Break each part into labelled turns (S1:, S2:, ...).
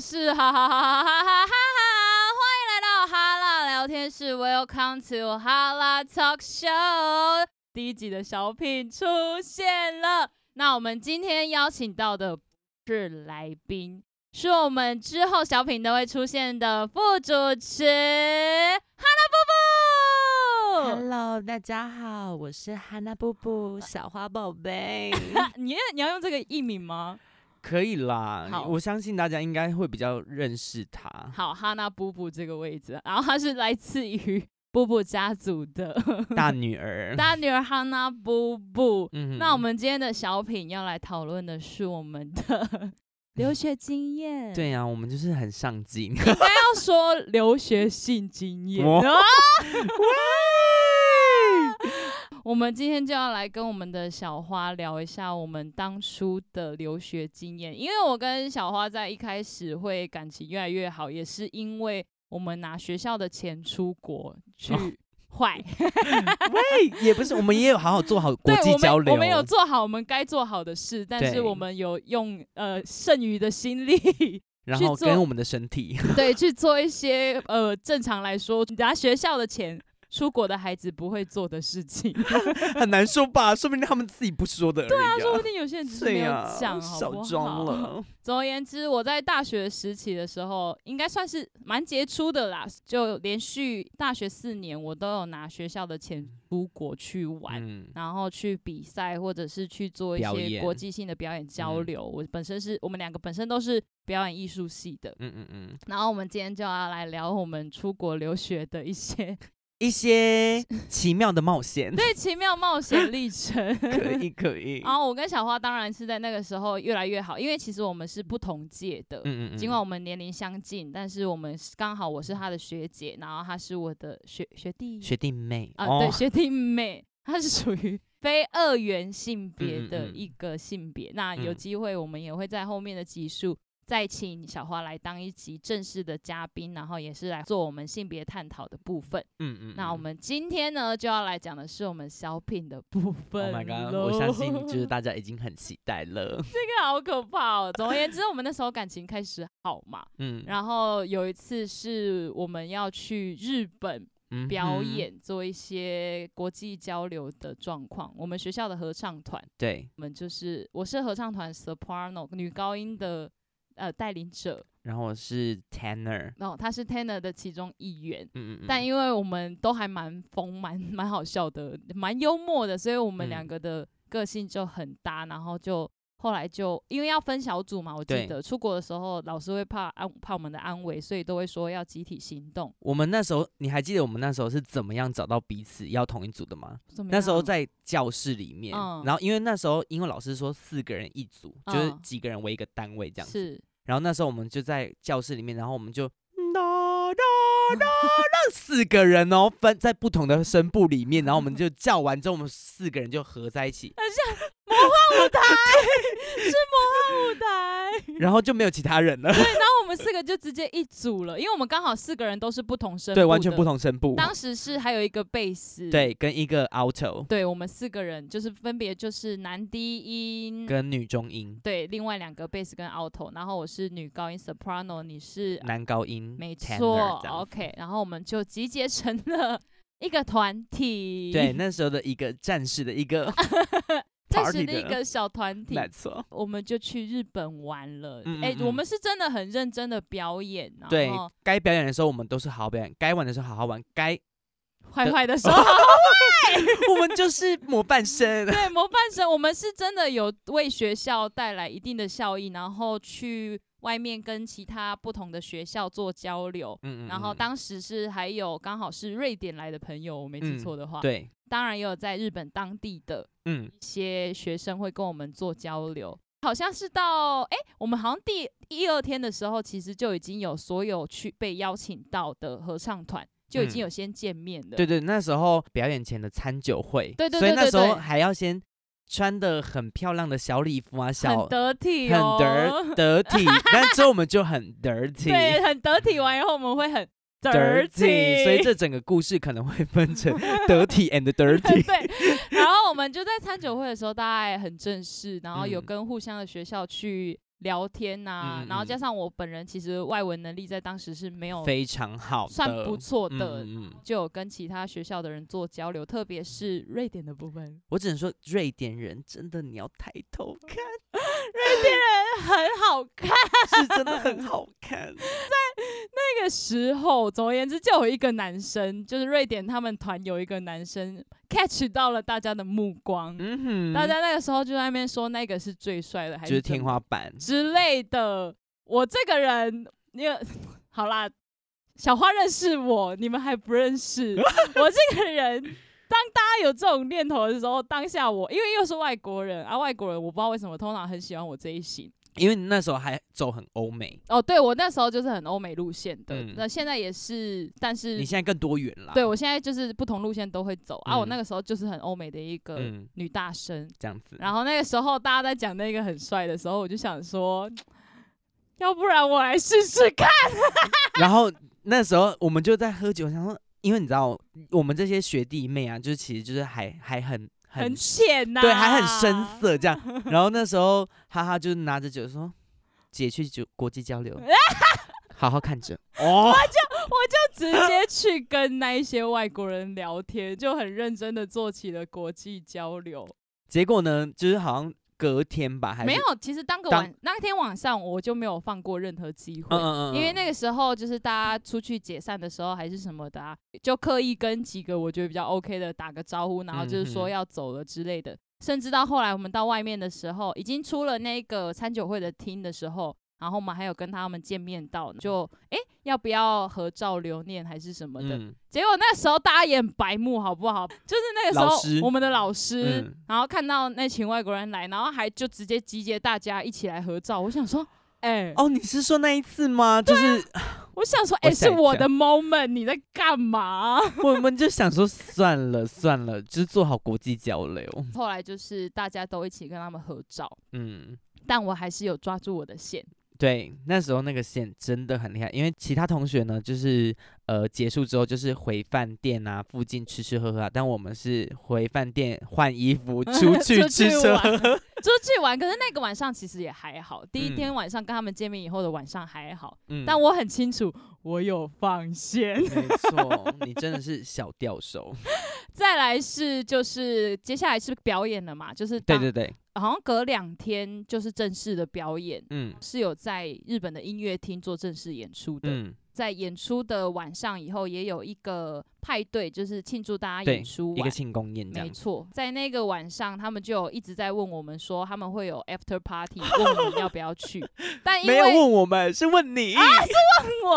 S1: 是哈哈哈哈哈哈哈哈，欢迎来到哈拉聊天室，Welcome to 哈拉 Talk Show。第一集的小品出现了，那我们今天邀请到的不是来宾，是我们之后小品都会出现的副主持哈
S2: 嗯
S1: 拉布布。
S3: Hello，大家好，我是哈娜布布小花宝贝。
S1: 你你要用这个艺名吗？
S2: 可以啦，
S1: 好
S2: 我相信大家应该会比较认识他。
S1: 好，哈娜布布这个位置，然后她是来自于布布家族的
S2: 大女儿，
S1: 大女儿哈娜布布。
S2: 嗯哼
S1: 那我们今天的小品要来讨论的是我们的 留学经验，，
S2: 对呀、啊我们就是很上 进。
S1: 要说留学性经验。
S2: 哇
S1: 啊我们今天就要来跟我们的小花聊一下我们当初的留学经验，因为我跟小花在一开始会感情越来越好，也是因为我们拿学校的钱出国 去
S2: 哦
S1: 坏，
S2: 喂，也不是，我们也有好好做好国
S1: 对
S2: 际
S1: 我
S2: 交
S1: 们
S2: 流。
S1: 我们有做好我们该做好的事，但是
S2: 对
S1: 我们有用呃剩余的心力，
S2: 然
S1: 去
S2: 后
S1: 做
S2: 跟我们的身体，
S1: 对，去做一些呃正常来说拿学校的钱。出国的孩子不会做的事情，
S2: 很难说吧？说不定他们自己不说的而已、
S1: 说
S2: 啊
S1: 不。定有些人只是
S2: 对
S1: 没有
S2: 呀、
S1: 讲，好
S2: 少
S1: 不
S2: 装
S1: 好？
S2: 了。
S1: 总而言之，我在大学时期的时候，应该算是蛮杰出的啦。就连续大学四年，我都有拿学校的钱出国去玩，
S2: 嗯，
S1: 然后去比赛，或者是去做一
S2: 表
S1: 些
S2: 演
S1: 国际性的表演交
S2: 嗯
S1: 流。我本身是我们两个本身都是表演艺术系的，
S2: 嗯嗯嗯，
S1: 然后我们今天就要来聊我们出国留学的一些
S2: 一些奇妙的冒险，
S1: 对哦奇妙冒险历程。
S2: 可以可以。
S1: 然后我跟小花当然是在那个时候越来越好，因为其实我们是不同届的，
S2: 嗯嗯嗯，
S1: 尽管我们年龄相近，但是我们是刚好我是她的学姐，然后她是我的学学弟
S2: 学哦弟妹
S1: 啊、对，学弟妹，她是属于非二元性别的
S2: 嗯嗯嗯
S1: 一个性别。那有
S2: 嗯
S1: 机会我们也会在后面的集数再请小花来当一集正式的嘉宾，然后也是来做我们性别探讨的部分。
S2: 嗯嗯，
S1: 那我
S2: 嗯。
S1: 们今天呢就要来讲的是我们小品的部
S2: Oh
S1: 分
S2: my
S1: 喽。
S2: god！我相信 就是大家已经很期待了。
S1: 这个好可怕哦。总而言之，我们那时候感情开始好嘛。
S2: 嗯，
S1: 然后有一次是我们要去日本
S2: 嗯
S1: 表
S2: 哼
S1: 演，做一些国际交流的状况。我们学校的合唱团，
S2: 对，
S1: 我们就是我是合唱团 soprano 女高音的呃带领者，
S2: 然后我是 tenor，
S1: 然后她是 tenor 的其中一员。
S2: 嗯嗯嗯，
S1: 但因为我们都还蛮疯、蛮蛮好笑的、蛮幽默的，所以我们
S2: 嗯
S1: 两个的个性就很搭，然后就后来就因为要分小组嘛，我记
S2: 对
S1: 得出国的时候老师会怕安怕我们的安危，所以都会说要集体行动。
S2: 我们那时候，你还记得我们那时候是怎么样找到彼此要同一组的吗？
S1: 怎么
S2: 那时候
S1: 样
S2: 在教室里面，
S1: 嗯
S2: 然后因为那时候因为老师说四个人一组，就是
S1: 嗯
S2: 几个人为一个单位这样子。
S1: 是
S2: 然后那时候我们就在教室里面，然后我们就啦啦啦啦， 四个人哦，分在不同的声部里面，然后 我们就叫完之后，我们四个人就合在一起，
S1: 舞台是魔幻舞台，
S2: 然后就没有其他人了，
S1: 对，然后我们四个就直接一组了，因为我们刚好四个人都是不同声
S2: 对，
S1: 部
S2: 完全
S1: 的
S2: 不。同声部，
S1: 当时嗯是还有一个贝斯，，
S2: 对，跟一个 alto
S1: 对我们四个人就是分别就是男低音，
S2: 跟女中音、
S1: 对，另外两个贝斯跟 alto，然后我是女高音 soprano，你是
S2: 男高音，
S1: 没
S2: tenor
S1: 错
S2: 这样子
S1: ，OK，然后我们就集结成了一个团体，
S2: 对，，那时候的一个战士的一个
S1: 暂
S2: party
S1: 时的一个小团体，
S2: 没错，
S1: 我们就去日本玩了。哎、
S2: 嗯嗯
S1: 我
S2: 嗯
S1: 们是真的很认真的表演，然
S2: 对
S1: 后，
S2: 该表演的时候我们都是好好表演，该玩的时候好好玩，该
S1: 坏
S2: 的
S1: 坏 的时候，
S2: 我们就是模 范生。嗯
S1: 对模范生，我们是真的有为学校带来一定的效益，然后去外面跟其他不同的学校做交流。
S2: 嗯
S1: 然后当时是还有刚好是瑞典来的朋友，我没记
S2: 嗯
S1: 错的话，
S2: 对，
S1: 当然也有在日本当地的
S2: 嗯，
S1: 一些学生会跟我们做交流。好像是到哎、我们好像第一二天的时候，其实就已经有所有去被邀请到的合唱团就已经
S2: 嗯
S1: 有先见面了。
S2: 对对，那时候表演前的餐酒会，
S1: 对对
S2: 所以
S1: 对对
S2: 那时
S1: 对
S2: 候还要先穿的很漂亮的小礼服啊，小
S1: 很得体、
S2: 很
S1: 哦，
S2: 得得体， 但之后我们就很 dirty。
S1: 对，很得体完以后，我们会很
S2: dirty，所以这整个故事可能会分成 dirty and dirty。
S1: 对，然后我们就在餐酒会的时候，大家也很正式，然后有
S2: 嗯
S1: 跟互相的学校去聊天呐、
S2: 嗯嗯
S1: 然后加
S2: 嗯
S1: 上我本人其实外文能力在当时是没有
S2: 非常好
S1: 哦
S2: 的，
S1: 算不错
S2: 嗯
S1: 的，
S2: 嗯嗯
S1: 就有跟其他学校的人做交流，特别是瑞典的部分。
S2: 我只能说，瑞典人真的你要抬头看，
S1: 很好看。
S2: 是真的很好 看。
S1: 那个时候，总而言之，就有一个男生，就是瑞典他们团有一个男生 catch 到了大家的目光，
S2: 嗯哼，
S1: 大家那个时候就在那边说那个是最帅的，还
S2: 就是
S1: 是
S2: 天
S1: 怎
S2: 花板，
S1: 之类的。我这个人，因为好啦，小花认识我，你们还不认 识我这个人。当大家有这种念头的时候，当下我因为又是外国人啊，外国人我不知道为什么通常很喜欢我这一型。
S2: 因为你那时候还走很欧美，
S1: 哦，对我那时候就是很欧美路线的，
S2: 嗯
S1: 那现在也是，但是
S2: 你现在更多元啦。
S1: 对，我现在就是不同路线都会走、啊。我
S2: 嗯
S1: 那个时候就是很欧美的一个
S2: 嗯，
S1: 女大生，
S2: 这样子。
S1: 然后那个时候大家在讲那个很帅的时候，我就想说，要不然我来试试看。
S2: 然后那时候我们就在喝酒，想说，因为你知道，我们这些学弟妹啊，就是其实就是还还很
S1: 很浅呐、
S2: 对，还很深。色这样。 然后那时候哈哈就拿着酒说：“姐去酒国际 交流，好好看着。”哦，
S1: 直接去跟那一些外国人聊天，就很认真的做起了国际交流。
S2: 结果呢，就是好像隔天吧，还是
S1: 没有，其实当个
S2: 当
S1: 晚那天晚上我就没有放过任何机会。
S2: 嗯嗯嗯，
S1: 因为
S2: 嗯
S1: 那个时候就是大家出去解散的时候还是什么的啊，就刻意跟几个我觉得比较 OK 的打个招呼，然后就是
S2: 嗯
S1: 说
S2: 哼
S1: 要走了之类的。甚至到后来我们到外面的时候，已经出了那个餐酒会的厅的时候，然后我们还有跟他们见面到，就诶要不要合照留念还是什么的。
S2: 嗯
S1: 结果那时候大家也很白目，好不好？就是那个时
S2: 老师
S1: 候我们的老师，
S2: 嗯
S1: 然后看到那群外国人来，然后还就直接集结大家一起来合照。我想说，哎、
S2: 哦，你是说那一次吗？就是
S1: 我想说，
S2: 我
S1: 哎、
S2: 吓
S1: 是
S2: 一
S1: 我
S2: 跳
S1: 的 moment，你在干嘛？
S2: 我们就想说算了算了，就是做好国际交流。
S1: 后来就是大家都一起跟他们合照，
S2: 嗯，
S1: 但我还是有抓住我的线。
S2: 对，那时候那个线真的很厉害，因为其他同学呢，就是呃结束之后就是回饭店啊附近吃吃喝喝、啊，但我们是回饭店换衣 服 出去
S1: 出
S2: 吃
S1: 去
S2: 吃喝
S1: 玩
S2: 喝。
S1: 出去玩，可是那个晚上其实也还好。第一天晚上跟他们见面以后的晚上还好，
S2: 嗯
S1: 但我很清楚我有放线。
S2: 没错，你真的是小吊手。
S1: 再来是就是接下来是表演了嘛，就是
S2: 对
S1: 当
S2: 对对，
S1: 好像隔两天就是正式的表演，
S2: 嗯
S1: 是有在日本的音乐厅做正式演出的。
S2: 嗯，
S1: 在演出的晚上以后，也有一个派对，就是庆祝大家
S2: 对
S1: 演出
S2: 一个
S1: 完。
S2: 庆功宴这
S1: 没
S2: 样子。
S1: 错，在那个晚上，他们就有一直在问我们说，他们会有 after party，问 我们要不要去。但因
S2: 没有
S1: 为啊
S2: 问我们，是问你，
S1: 我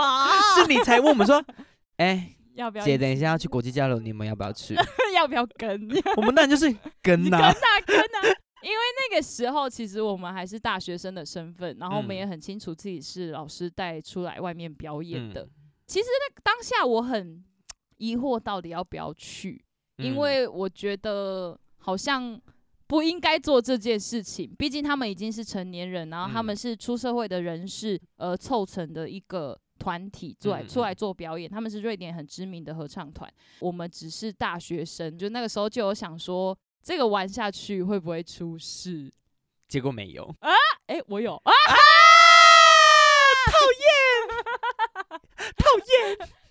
S2: 是你才问我们说， 哎、
S1: 要不要
S2: 姐，等一下要去国际交流，你们要不要 去？嗯
S1: 要不要跟 跟
S2: 我们当然就是跟呐、
S1: 啊跟啊？因为那个时候其实我们还是大学生的身份，然后我们
S2: 嗯
S1: 也很清楚自己是老师带出来外面表演的。
S2: 嗯
S1: 其实那当下我很疑惑，到底要不要去。因
S2: 嗯
S1: 为我觉得好像不应该做这件事情，毕竟他们已经是成年人，然后他们
S2: 嗯
S1: 是出社会的人士呃凑成的一个团体，出来
S2: 嗯嗯
S1: 出来做表演，他们是瑞典很知名的合唱团，我们只是大学生，就那个时候就有想说。这个玩下去会不会出事？
S2: 结果没有。
S1: 哎、我有啊！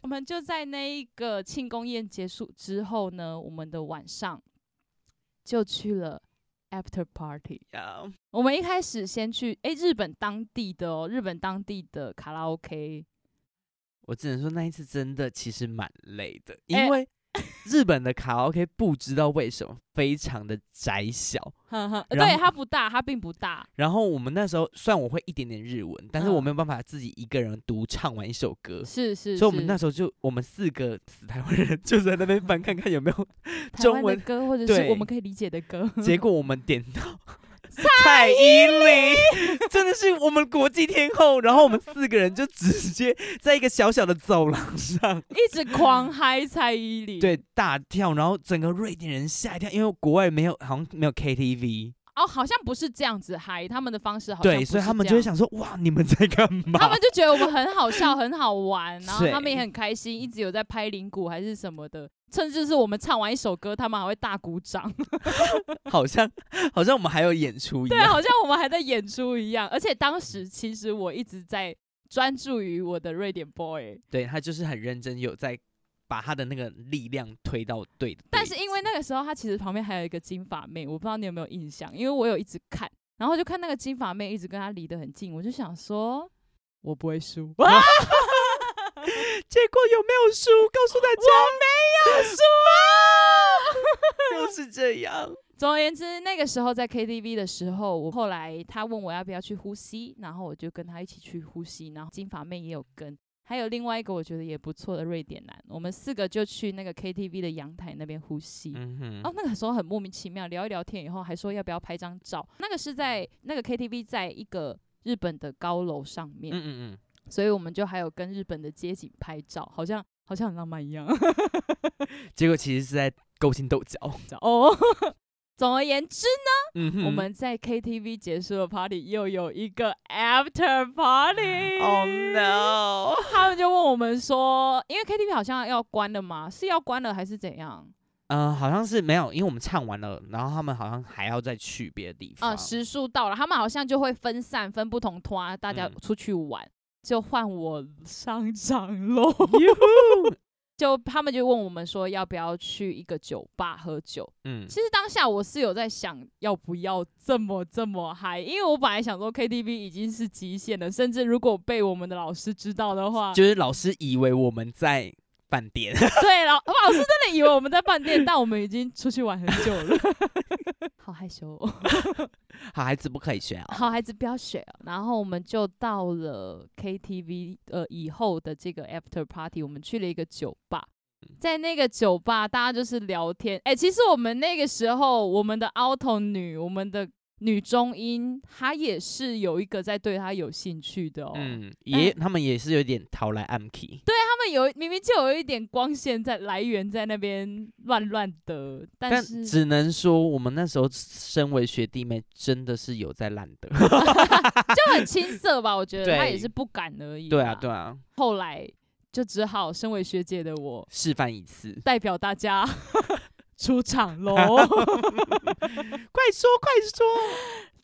S1: 我们就在那一个庆功宴结束之后呢，我们的晚上就去了 after party。
S2: 呀
S1: 我们一开始先去诶，日本当地的哦，日本当地的卡拉 OK，
S2: 我只能说那一次真的其实蛮累的，
S1: 哎
S2: 因为日本的卡拉 OK 不知道为什么非常的窄小。
S1: 呵呵，
S2: 然
S1: 对，
S2: 后
S1: 它不大，它并不大，
S2: 然后我们那时候虽然我会一点点日文，但是我没有办法自己一个人独唱完一首歌，
S1: 是是
S2: 呃所以我们
S1: 是
S2: 那时候就我们四个死台湾人就在那边翻看看有没有，
S1: 台
S2: 中
S1: 湾
S2: 文
S1: 的歌或者是
S2: 对
S1: 我们可以理解的歌，
S2: 结果我们点到蔡依林，真的是我们国际天后。然后我们四个人就直接在一个小小的走廊上，
S1: 一直狂嗨蔡依林，
S2: 对，大跳，然后整个瑞典人吓一跳，因为国外没有，好像没有 KTV，
S1: 哦，好像不是这样子嗨，他们的方式好像
S2: 对，
S1: 不
S2: 所以
S1: 是
S2: 他们
S1: 这
S2: 就会
S1: 样，
S2: 想说，哇，你们在干 嘛？
S1: 他们就觉得我们很好 笑，很好玩，然后
S2: 对
S1: 他们也很开心，一直有在拍铃鼓还是什么的，甚至是我们唱完一首歌，他们还会大鼓 掌，
S2: 好像好像我们还有演出一
S1: 对啊，
S2: 样，
S1: 好像我们还在演出一样。而且当时其实我一直在专注于我的瑞典 boy，
S2: 对他就是很认真，有在把他的那个力量推到对的位置。
S1: 但是因为那个时候他其实旁边还有一个金发妹，我不知道你有没有印象，因为我有一直看，然后就看那个金发妹一直跟他离得很近，我就想说，我不会输， 啊我
S2: 结果有没有输？告诉大家，
S1: 没有啊 输。
S2: 就是这样。
S1: 总而言之，那个时候在 KTV 的时候，我后来他问我要不要去呼吸，然后我就跟他一起去呼吸，然后金发妹也有跟，还有另外一个我觉得也不错的瑞典男，我们四个就去那个 KTV 的阳台那边呼吸。
S2: 嗯哼，
S1: 哦，那个时候很莫名其妙，聊一聊天以后还说要不要拍张照。那个是在那个 KTV 在一个日本的高楼上面，
S2: 嗯嗯
S1: 所以我们就还有跟日本的街景拍照，好像好像很浪漫一 样。
S2: 嗯，结果其实是在勾心斗角。
S1: 哦， 总而言之，
S2: 嗯哼
S1: 我们在 KTV 结束的 party 又有一个 after party。
S2: Oh no！
S1: 他们就问我们说，因为 KTV 好像要关了嘛，是要关了还是怎样？
S2: 嗯、好像是没有，因为我们唱完了，然后他们好像还要再去别的地
S1: 啊、
S2: 方。
S1: 时数到了，他们好像就会分散，分不同团，大家
S2: 嗯
S1: 出去玩，就换我 上场喽。 就他们就问我们说要不要去一个酒吧喝酒。
S2: 嗯
S1: 其实当下我是有在想要不要这么这么嗨，因为我本来想说 KTV 已经是极限了，甚至如果被我们的老师知道的话，
S2: 就是老师以为我们在饭店，
S1: 对老老师真的以为我们在饭店，但我们已经出去玩很久了， 好害羞、哦。
S2: 好孩子不可以学哦。
S1: 好孩子不要学、哦。然后我们就到了 KTV，呃，以后的这个 after party，我们去了一个酒吧。
S2: 嗯
S1: 在那个酒吧，大家就是聊天。哎、其实我们那个时候，我们的 alto 女，我们的女中音，她也是有一个在对她有兴趣的哦。
S2: 嗯，也、他们也是有点逃来暗 key。
S1: 他们有明明就有一点光线在来源在那边乱乱的，但
S2: 但
S1: 是
S2: 只能说，我们那时候身为学弟妹，真的是有在烂的。
S1: 就很青涩吧？我觉得
S2: 对
S1: 她也是不敢而已。
S2: 对啊，对。啊，
S1: 后来就只好身为学姐的我，
S2: 示范一次，
S1: 代表大 家出场喽！
S2: 快说快说。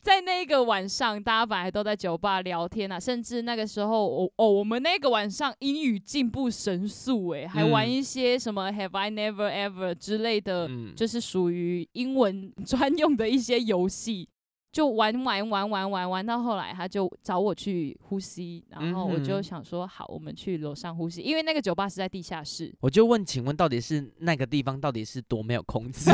S1: 在那个晚上，大家本来都在酒吧聊天啊，甚至那个时候，哦哦，我们那个晚上英语进步神速诶、还玩
S2: 嗯
S1: 一些什么 Have I Never Ever 之类的，
S2: 嗯，
S1: 呃就是属于英文专用的一些游戏。就玩玩玩玩玩玩到后来，他就找我去呼吸，然后我
S2: 嗯
S1: 就
S2: 哼
S1: 想说，好，我们去楼上呼吸，因为那个酒吧是在地下室，
S2: 我就问，请问到底是那个地方到底是多没有 空气？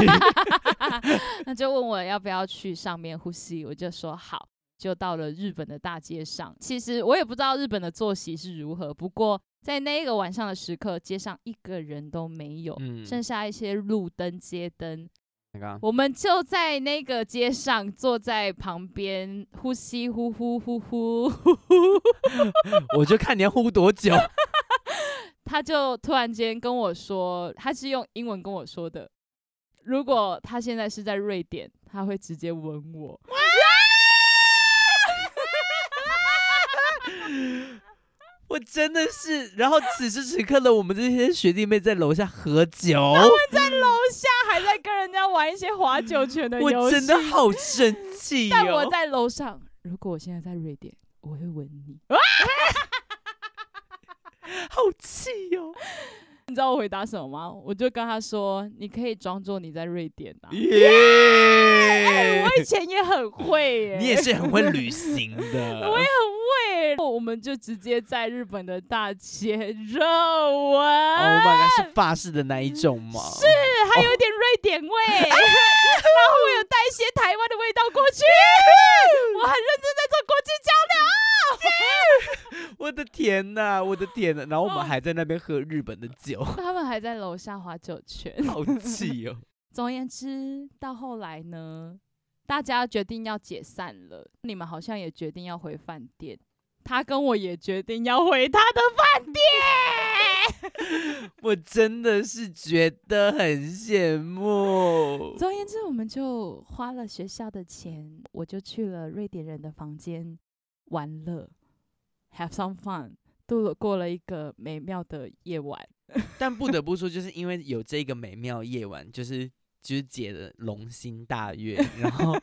S1: 那就问我要不要去上面呼吸，我就说好，就到了日本的大街上。其实我也不知道日本的作息是如何，不过在那一个晚上的时刻，街上一个人都没有，
S2: 嗯，
S1: 剩下一些路灯、街灯。
S2: 那个啊
S1: 我们就在那个街上坐在旁边呼吸，呼呼呼呼呼呼。
S2: 我就看你要呼多久。
S1: 他就突然间跟我说，他是用英文跟我说的。如果他现在是在瑞典，他会直接吻我。
S2: 我真的是，然后此时此刻的我们这些学弟妹在楼下喝酒，
S1: 楼下还在跟人家玩一些划酒犬的游
S2: 我
S1: 戏，
S2: 真的好生气、哦。
S1: 但我在楼上。如果我现在在瑞典，我会吻你。
S2: 好气哦。
S1: 你知道我回答什么吗？我就跟他说：“你可以装作你在瑞典 啊。
S2: 耶
S1: 哎我以前也很会耶、
S2: 你也是很会旅行 的。
S1: 我也很会耶、然后我们就直接在日本的大街热吻
S2: Oh my god，是法式的那一种吗？
S1: 是，还有一点瑞典 味，然后我有带一些台湾的味道过 去。我很认真在做国际交流。
S2: 我的天呐，我的天呐！然后我
S1: 哦
S2: 们还在那边喝日本的酒，
S1: 他们还在楼下划酒圈。
S2: 好气哦。
S1: 总而言之，到后来呢，大家决定要解散了，你们好像也决定要回饭店，他跟我也决定要回他的饭店。
S2: 我真的是觉得很羡慕。
S1: 总而言之，我们就花了学校的钱，我就去了瑞典人的房间玩乐，have some fun，度了过了一个美妙的夜晚。
S2: 但不得不说，就是因为有这个美妙夜晚，就是就是姐的龙心大悦，然后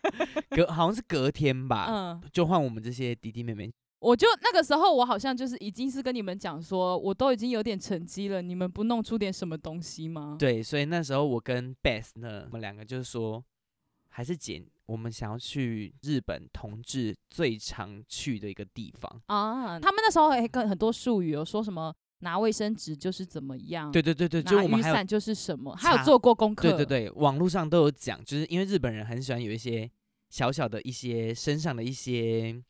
S2: 隔 好像是隔天吧，
S1: 嗯，
S2: 就换我们这些弟弟妹妹。
S1: 我就那个时候，我好像就是已经是跟你们讲说，我都已经有点成绩了，你们不弄出点什么东西吗？
S2: 对，所以那时候我跟 Beth 呢，我们两个就是说，还是姐，我们想要去日本同志最常去的一个地方。
S1: 啊，他们那时候还跟很多术语哦有说什么拿卫生纸就是怎么样，
S2: 对，对对对，就
S1: 拿
S2: 我
S1: 嗯
S2: 们
S1: 雨
S2: 还有
S1: 伞就是什么，还有
S2: 查
S1: 做过功课，
S2: 对对对，网络上都有讲，就是因为日本人很喜欢有一些小小的一些身上的一些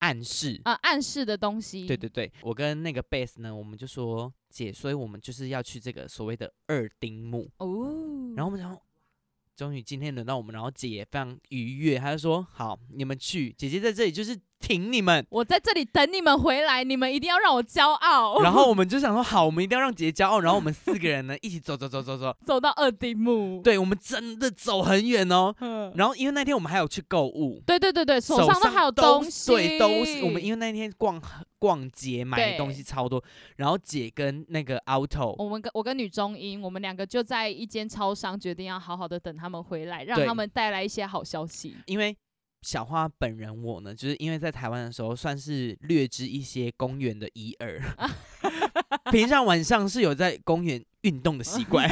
S2: 暗示。
S1: 啊，暗示的东西，
S2: 对对对，我跟那个 base 呢，我们就说姐，所以我们就是要去这个所谓的二丁目。
S1: 哦，
S2: 然后我们想说，终于今天轮到我们，然后姐也非常愉悦，她就说好，你们去，姐姐在这里就是挺你们。
S1: 我在这里等你们回来，你们一定要让我骄傲。
S2: 然后我们就想说好，我们一定要让姐姐骄傲。然后我们四个人 呢一起走走走走走，
S1: 走到二丁目，
S2: 对我们真的走很远哦。
S1: 嗯
S2: 然后因为那天我们还有去购物，
S1: 对对对对，手
S2: 上
S1: 都还有
S2: 都
S1: 东
S2: 是
S1: 西，
S2: 对，都是我们因为那天逛逛街买的东
S1: 对
S2: 西超多，然后姐跟那个 Auto，
S1: 我们跟我跟女中英，我们两个就在一间超商，决定要好好的等他们回来，让
S2: 对
S1: 他们带来一些好消息。
S2: 因为小花本人我呢，就是因为在台湾的时候算是略知一些公园的一二，平常晚上是有在公园运动的习惯，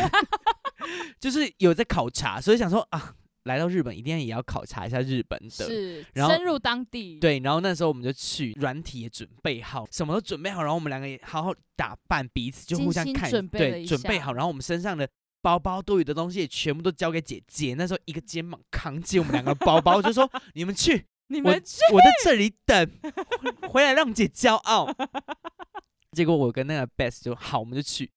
S2: 就是有在考察，所以想说啊，来到日本一定也要考察一下日本的。
S1: 是
S2: 然后
S1: 深入当地，，
S2: 对，然后那时候我们就去，软体也准备好，什么都准备好，然后我们两个也好好打扮彼此，就
S1: 精
S2: 互相
S1: 心
S2: 看，
S1: 准备了
S2: 对，
S1: 一
S2: 准备
S1: 下
S2: 好，然后我们身上的包包多余的东西也全部都交给姐姐，那时候一个肩膀扛起我们两个包包，就说你们去，
S1: 你
S2: 我
S1: 们去
S2: 我在这里等，回回来让姐骄傲。结果我跟那个 Best 就好，我们就去，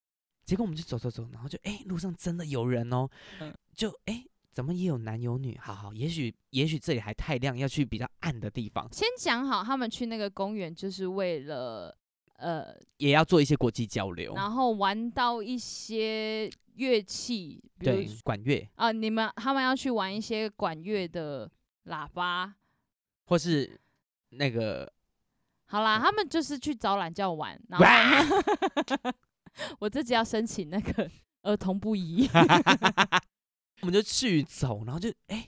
S2: 结果我们就走走走，然后就哎、路上真的有人哦，
S1: 嗯
S2: 就哎、怎么也有男有女？好好，也许也许这里还太亮，要去比较暗的地方。
S1: 先讲好，他们去那个公园就是为了呃，
S2: 也要做一些国际交流。
S1: 然后玩到一些乐器，比如
S2: 对，管乐
S1: 啊、你们他们要去玩一些管乐的喇叭。
S2: 或是那个，
S1: 好啦，
S2: 嗯
S1: 他们就是去找懒觉玩，然后
S2: 哇
S1: 我自己要申请那个儿童不 宜。
S2: 我们就去走，然后就哎、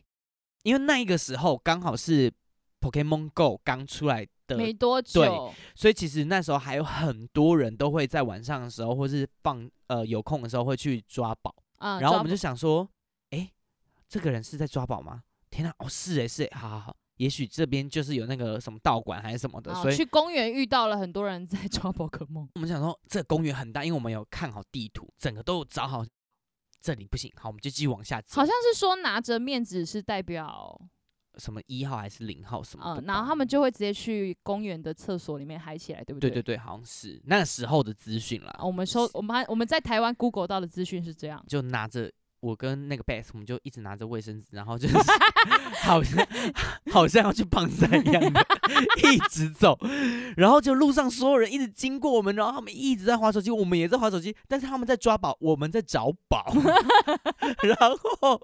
S2: 因为那一个时候刚好是 Pokemon Go 刚出来
S1: 没
S2: 的，
S1: 多久，
S2: 所以其实那时候还有很多人都会在晚上的时候，或是放呃有空的时候会去抓宝。
S1: 嗯，
S2: 然后
S1: 抓
S2: 我
S1: 捕
S2: 们就想说，哎、这个人是在抓宝吗？天啊，哦是哎、是哎、好好好，也许这边就是有那个什么道馆还是什么的，
S1: 哦
S2: 所以
S1: 去公园遇到了很多人在 抓宝可梦。
S2: 我们想说这个公园很大，因为我们有看好地图，整个都有找好，这里不行，好，我们就继续往下走。
S1: 好像是说拿着面纸是代表，
S2: 什么一号还是零号什么的吧、
S1: 嗯，然后他们就会直接去公园的厕所里面嗨起来，对不
S2: 对
S1: 对
S2: 对对，好像是那时候的资讯啦。
S1: 啊我们收我们还我们在台湾 Google 到的资讯是这样，
S2: 就拿着我跟那个 Beth，我们就一直拿着卫生纸，然后就是 好像 好像要去棒赛一样的一直走，然后就路上所有人一直经过我们，然后他们一直在划手机，我们也在划手机，但是他们在抓宝，我们在找宝， 然后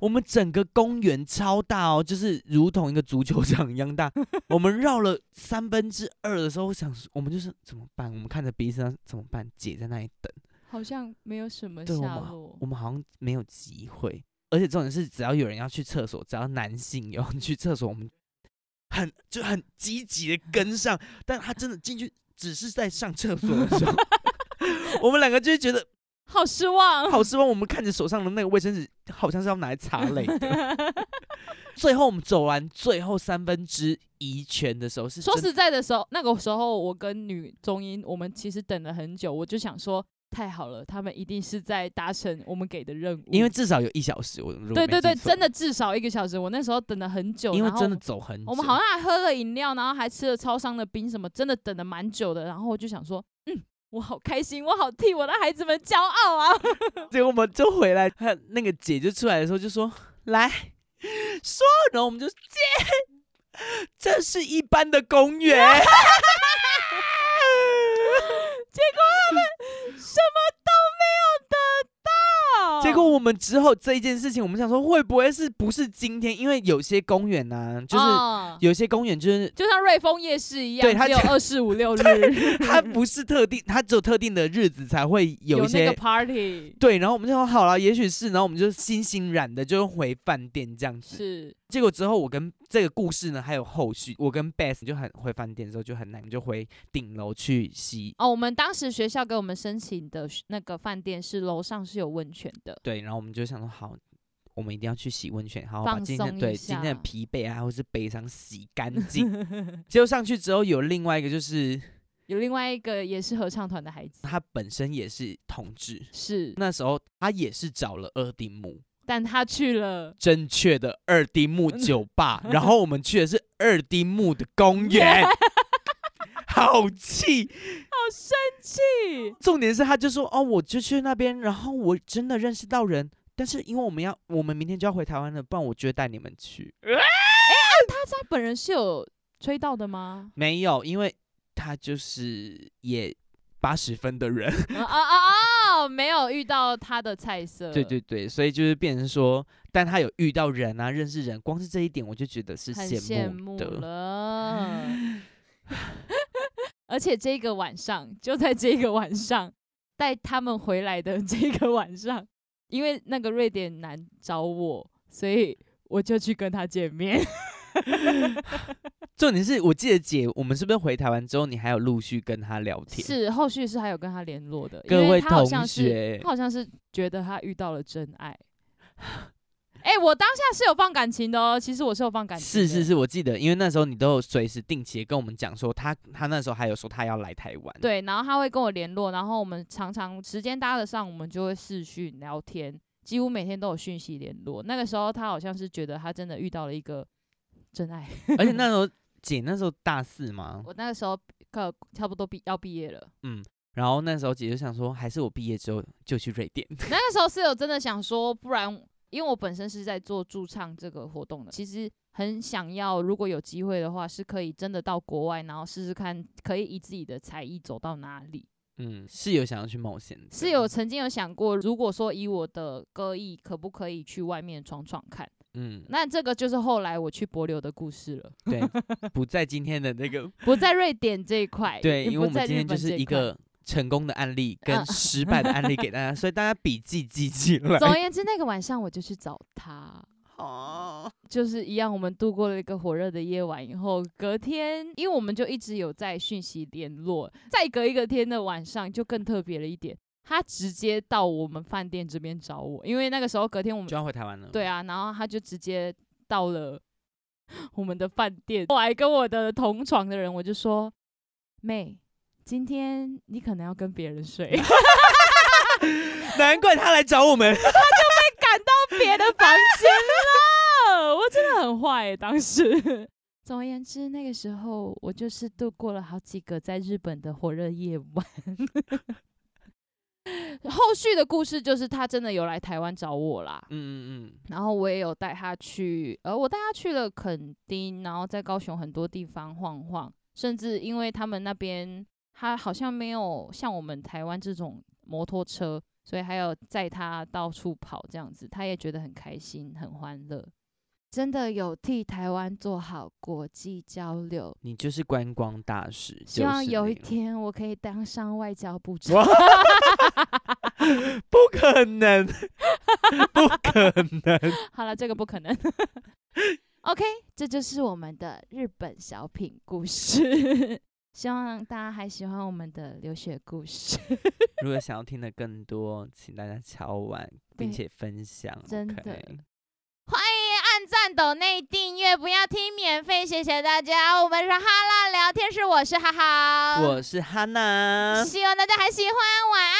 S2: 我们整个公园超大哦，就是如同一个足球场一样大。我们绕了三分之二的时候，我想说我们就是怎么办？我们看着彼此怎么办？姐在那里等。
S1: 好像没有什么
S2: 对我
S1: 下
S2: 们
S1: 落。
S2: 我们好像没有机会。而且重点是，只要有人要去厕所，只要男性有人去厕所，我们很就很积极的跟上。但他真的进去，只是在上厕所的 时候，我们两个就会觉得
S1: 好失望。啊
S2: 好失望。我们看着手上的那个卫生纸，好像是要拿来擦 泪的。最后我们走完最后三分之一圈的时候，是
S1: 说
S2: 真的
S1: 实在的时候，那个时候我跟女中音，我们其实等了很久，我就想说，太好了，他们一定是在达成我们给的任务。
S2: 因为至少有一小时，我如
S1: 嗯
S2: 果
S1: 对对
S2: 没记
S1: 对，
S2: 错
S1: 真的至少一个小时，我那时候等了很久，
S2: 因为
S1: 然后
S2: 真的走很久，
S1: 我们好像还喝了饮料，然后还吃了超商的冰什么，真的等了蛮久的。然后我就想说，嗯，我好开心，我好替我的孩子们骄傲啊！
S2: 结果我们就回来，他那个姐就出来的时候就说：“来说。”然后我们就姐，这是一般的公园。
S1: 说
S2: 我们之后这一件事情，我们想说会不会是不是今天？因为有些公园呢、就是
S1: 哦
S2: 有些公园就是
S1: 就像瑞丰夜市一样，
S2: 对它
S1: 只有
S2: 就
S1: 二四五六日
S2: 它不是特定， 它只有特定的日子才会有一
S1: 那
S2: 些
S1: 个 party，
S2: 对。然后我们就说好了，也许是，然后我们就欣欣然的就回饭店这样子。
S1: 是
S2: 结果之后，我跟这个故事呢还有后续，我跟 Beth 就很回饭店的时候就很难，就回顶楼去洗。
S1: 哦。我们当时学校给我们申请的那个饭店是楼上是有温泉的，
S2: 对，然后我们就想说好。我们一定要去洗温泉，好好把
S1: 放
S2: 今天
S1: 松
S2: 的
S1: 一
S2: 对今天
S1: 下
S2: 的疲惫啊，或是悲伤洗 干净。结果上去之后，有另外一个就是
S1: 有另外一个也是合唱团的孩子，
S2: 他本身也是同志，
S1: 是，
S2: 那时候他也是找了二丁目，
S1: 但他去了
S2: 正确的二 丁目酒吧，然后我们去的是二丁目的公 园，好气！
S1: 去
S2: 重点是他就说哦，我就去那边，然后我真的认识到人，但是因为我们要，我们明天就要回台湾了，不然我就会带你们去。
S1: 他本人是有吹到的吗？
S2: 没有，因为他就是也八十分 的人，
S1: 啊啊啊！哦没有遇到他的菜色，
S2: 对对对，所以就是变成说，但他有遇到人啊，认识人，光是这一点我就觉得是
S1: 很羡
S2: 慕
S1: 慕
S2: 的。
S1: 了。而且这个晚上，就在这个晚上，带他们回来的 这个晚上，因为那个瑞典男找我，所以我就去跟他见面。
S2: 重点是我记得姐，我们是不是回台湾之后，你还有陆续跟他聊天？
S1: 是，后续是还有跟他联络的，
S2: 各
S1: 因为
S2: 位
S1: 他好
S2: 同
S1: 像是，
S2: 学
S1: 他，好像是觉得他遇到了真爱。 哎、我当下是有放感情的哦，其实我是有放感情
S2: 是
S1: 的，
S2: 是是，我记得，因为那时候你都有随时定期地跟我们讲说他，他那时候还有说他要来台湾。，
S1: 对，然后他会跟我联络，然后我们常常时间搭得上，我们就会视讯聊天，几乎每天都有讯息联络。那个时候他好像是觉得他真的遇到了一个真爱。
S2: 而且那时候姐那时候大四嘛，
S1: 我那个时候呃差不多毕要毕业了，
S2: 然后那时候姐就想说，还是我毕业之后就去瑞典。
S1: 那个时候是有真的想说，不然因为我本身是在做驻唱这个活动的，其实很想要，如果有机会的话，是可以真的到国外，然后试试看，可以以自己的才艺走到哪里。
S2: 嗯，是有想要去冒险的，
S1: 是有曾经有想过，如果说以我的歌艺，可不可以去外面闯闯看？
S2: 嗯，
S1: 那这个就是后来我去柏流的故事了，
S2: 对，不在今天的那个
S1: 不在瑞典这一块，
S2: 对，
S1: 哎也
S2: 因为
S1: 不
S2: 我
S1: 在
S2: 们今
S1: 日
S2: 天就
S1: 本这
S2: 是一
S1: 块。
S2: 个成功的 案例
S1: 啊
S2: 跟失败的案例给大家，所以大家笔记记起来。
S1: 总而言之，那个晚上我就去找他，
S2: 哦，
S1: 就是一样，我们度过了一个火热的夜晚以后，隔天，因为我们就一直有在讯息联络，再隔一个天的晚上就更特别了一点，他直接到我们饭店这边找我，因为那个时候隔天我们
S2: 就要回台湾了。
S1: 对啊，然后他就直接到了 我们的饭店。后来跟我的同床的人，我就说：“妹，今天你可能要跟别人睡，
S2: 难怪他来找 我们。
S1: 赶到别的房间了。”我真的很坏、欸，当时。 总而言之，那个时候我就是度过了好几个在日本的火热夜晚。 后续的故事就是他真的有来台湾找我啦。
S2: 嗯嗯
S1: 然后我也有带他去，呃，我带他去了垦丁，然后在高雄很多地方晃晃，甚至因为他们那边他好像没有像我们台湾这种摩托车，所以还有载他到处跑这样子，他也觉得很开心，很欢乐。真的有替台湾做好国际交流，
S2: 你就是观光大使，
S1: 希望有一
S2: 就是你了，
S1: 天我可以当上外交部 长。
S2: 哇，不可能， 不可能，
S1: 好了，这个不可能。OK，这就是我们的日本小品故事。希望大家还喜欢我们的留学故事，
S2: 如果想要听的更多，请大家敲完，并
S1: 对
S2: 且分享，
S1: 真的
S2: OK
S1: 欢迎按赞、抖内订阅，不要听免费，谢谢大家。我们是哈拉聊天室，我是哈哈，
S2: 我是哈娜，
S1: 希望大家还喜欢，晚安。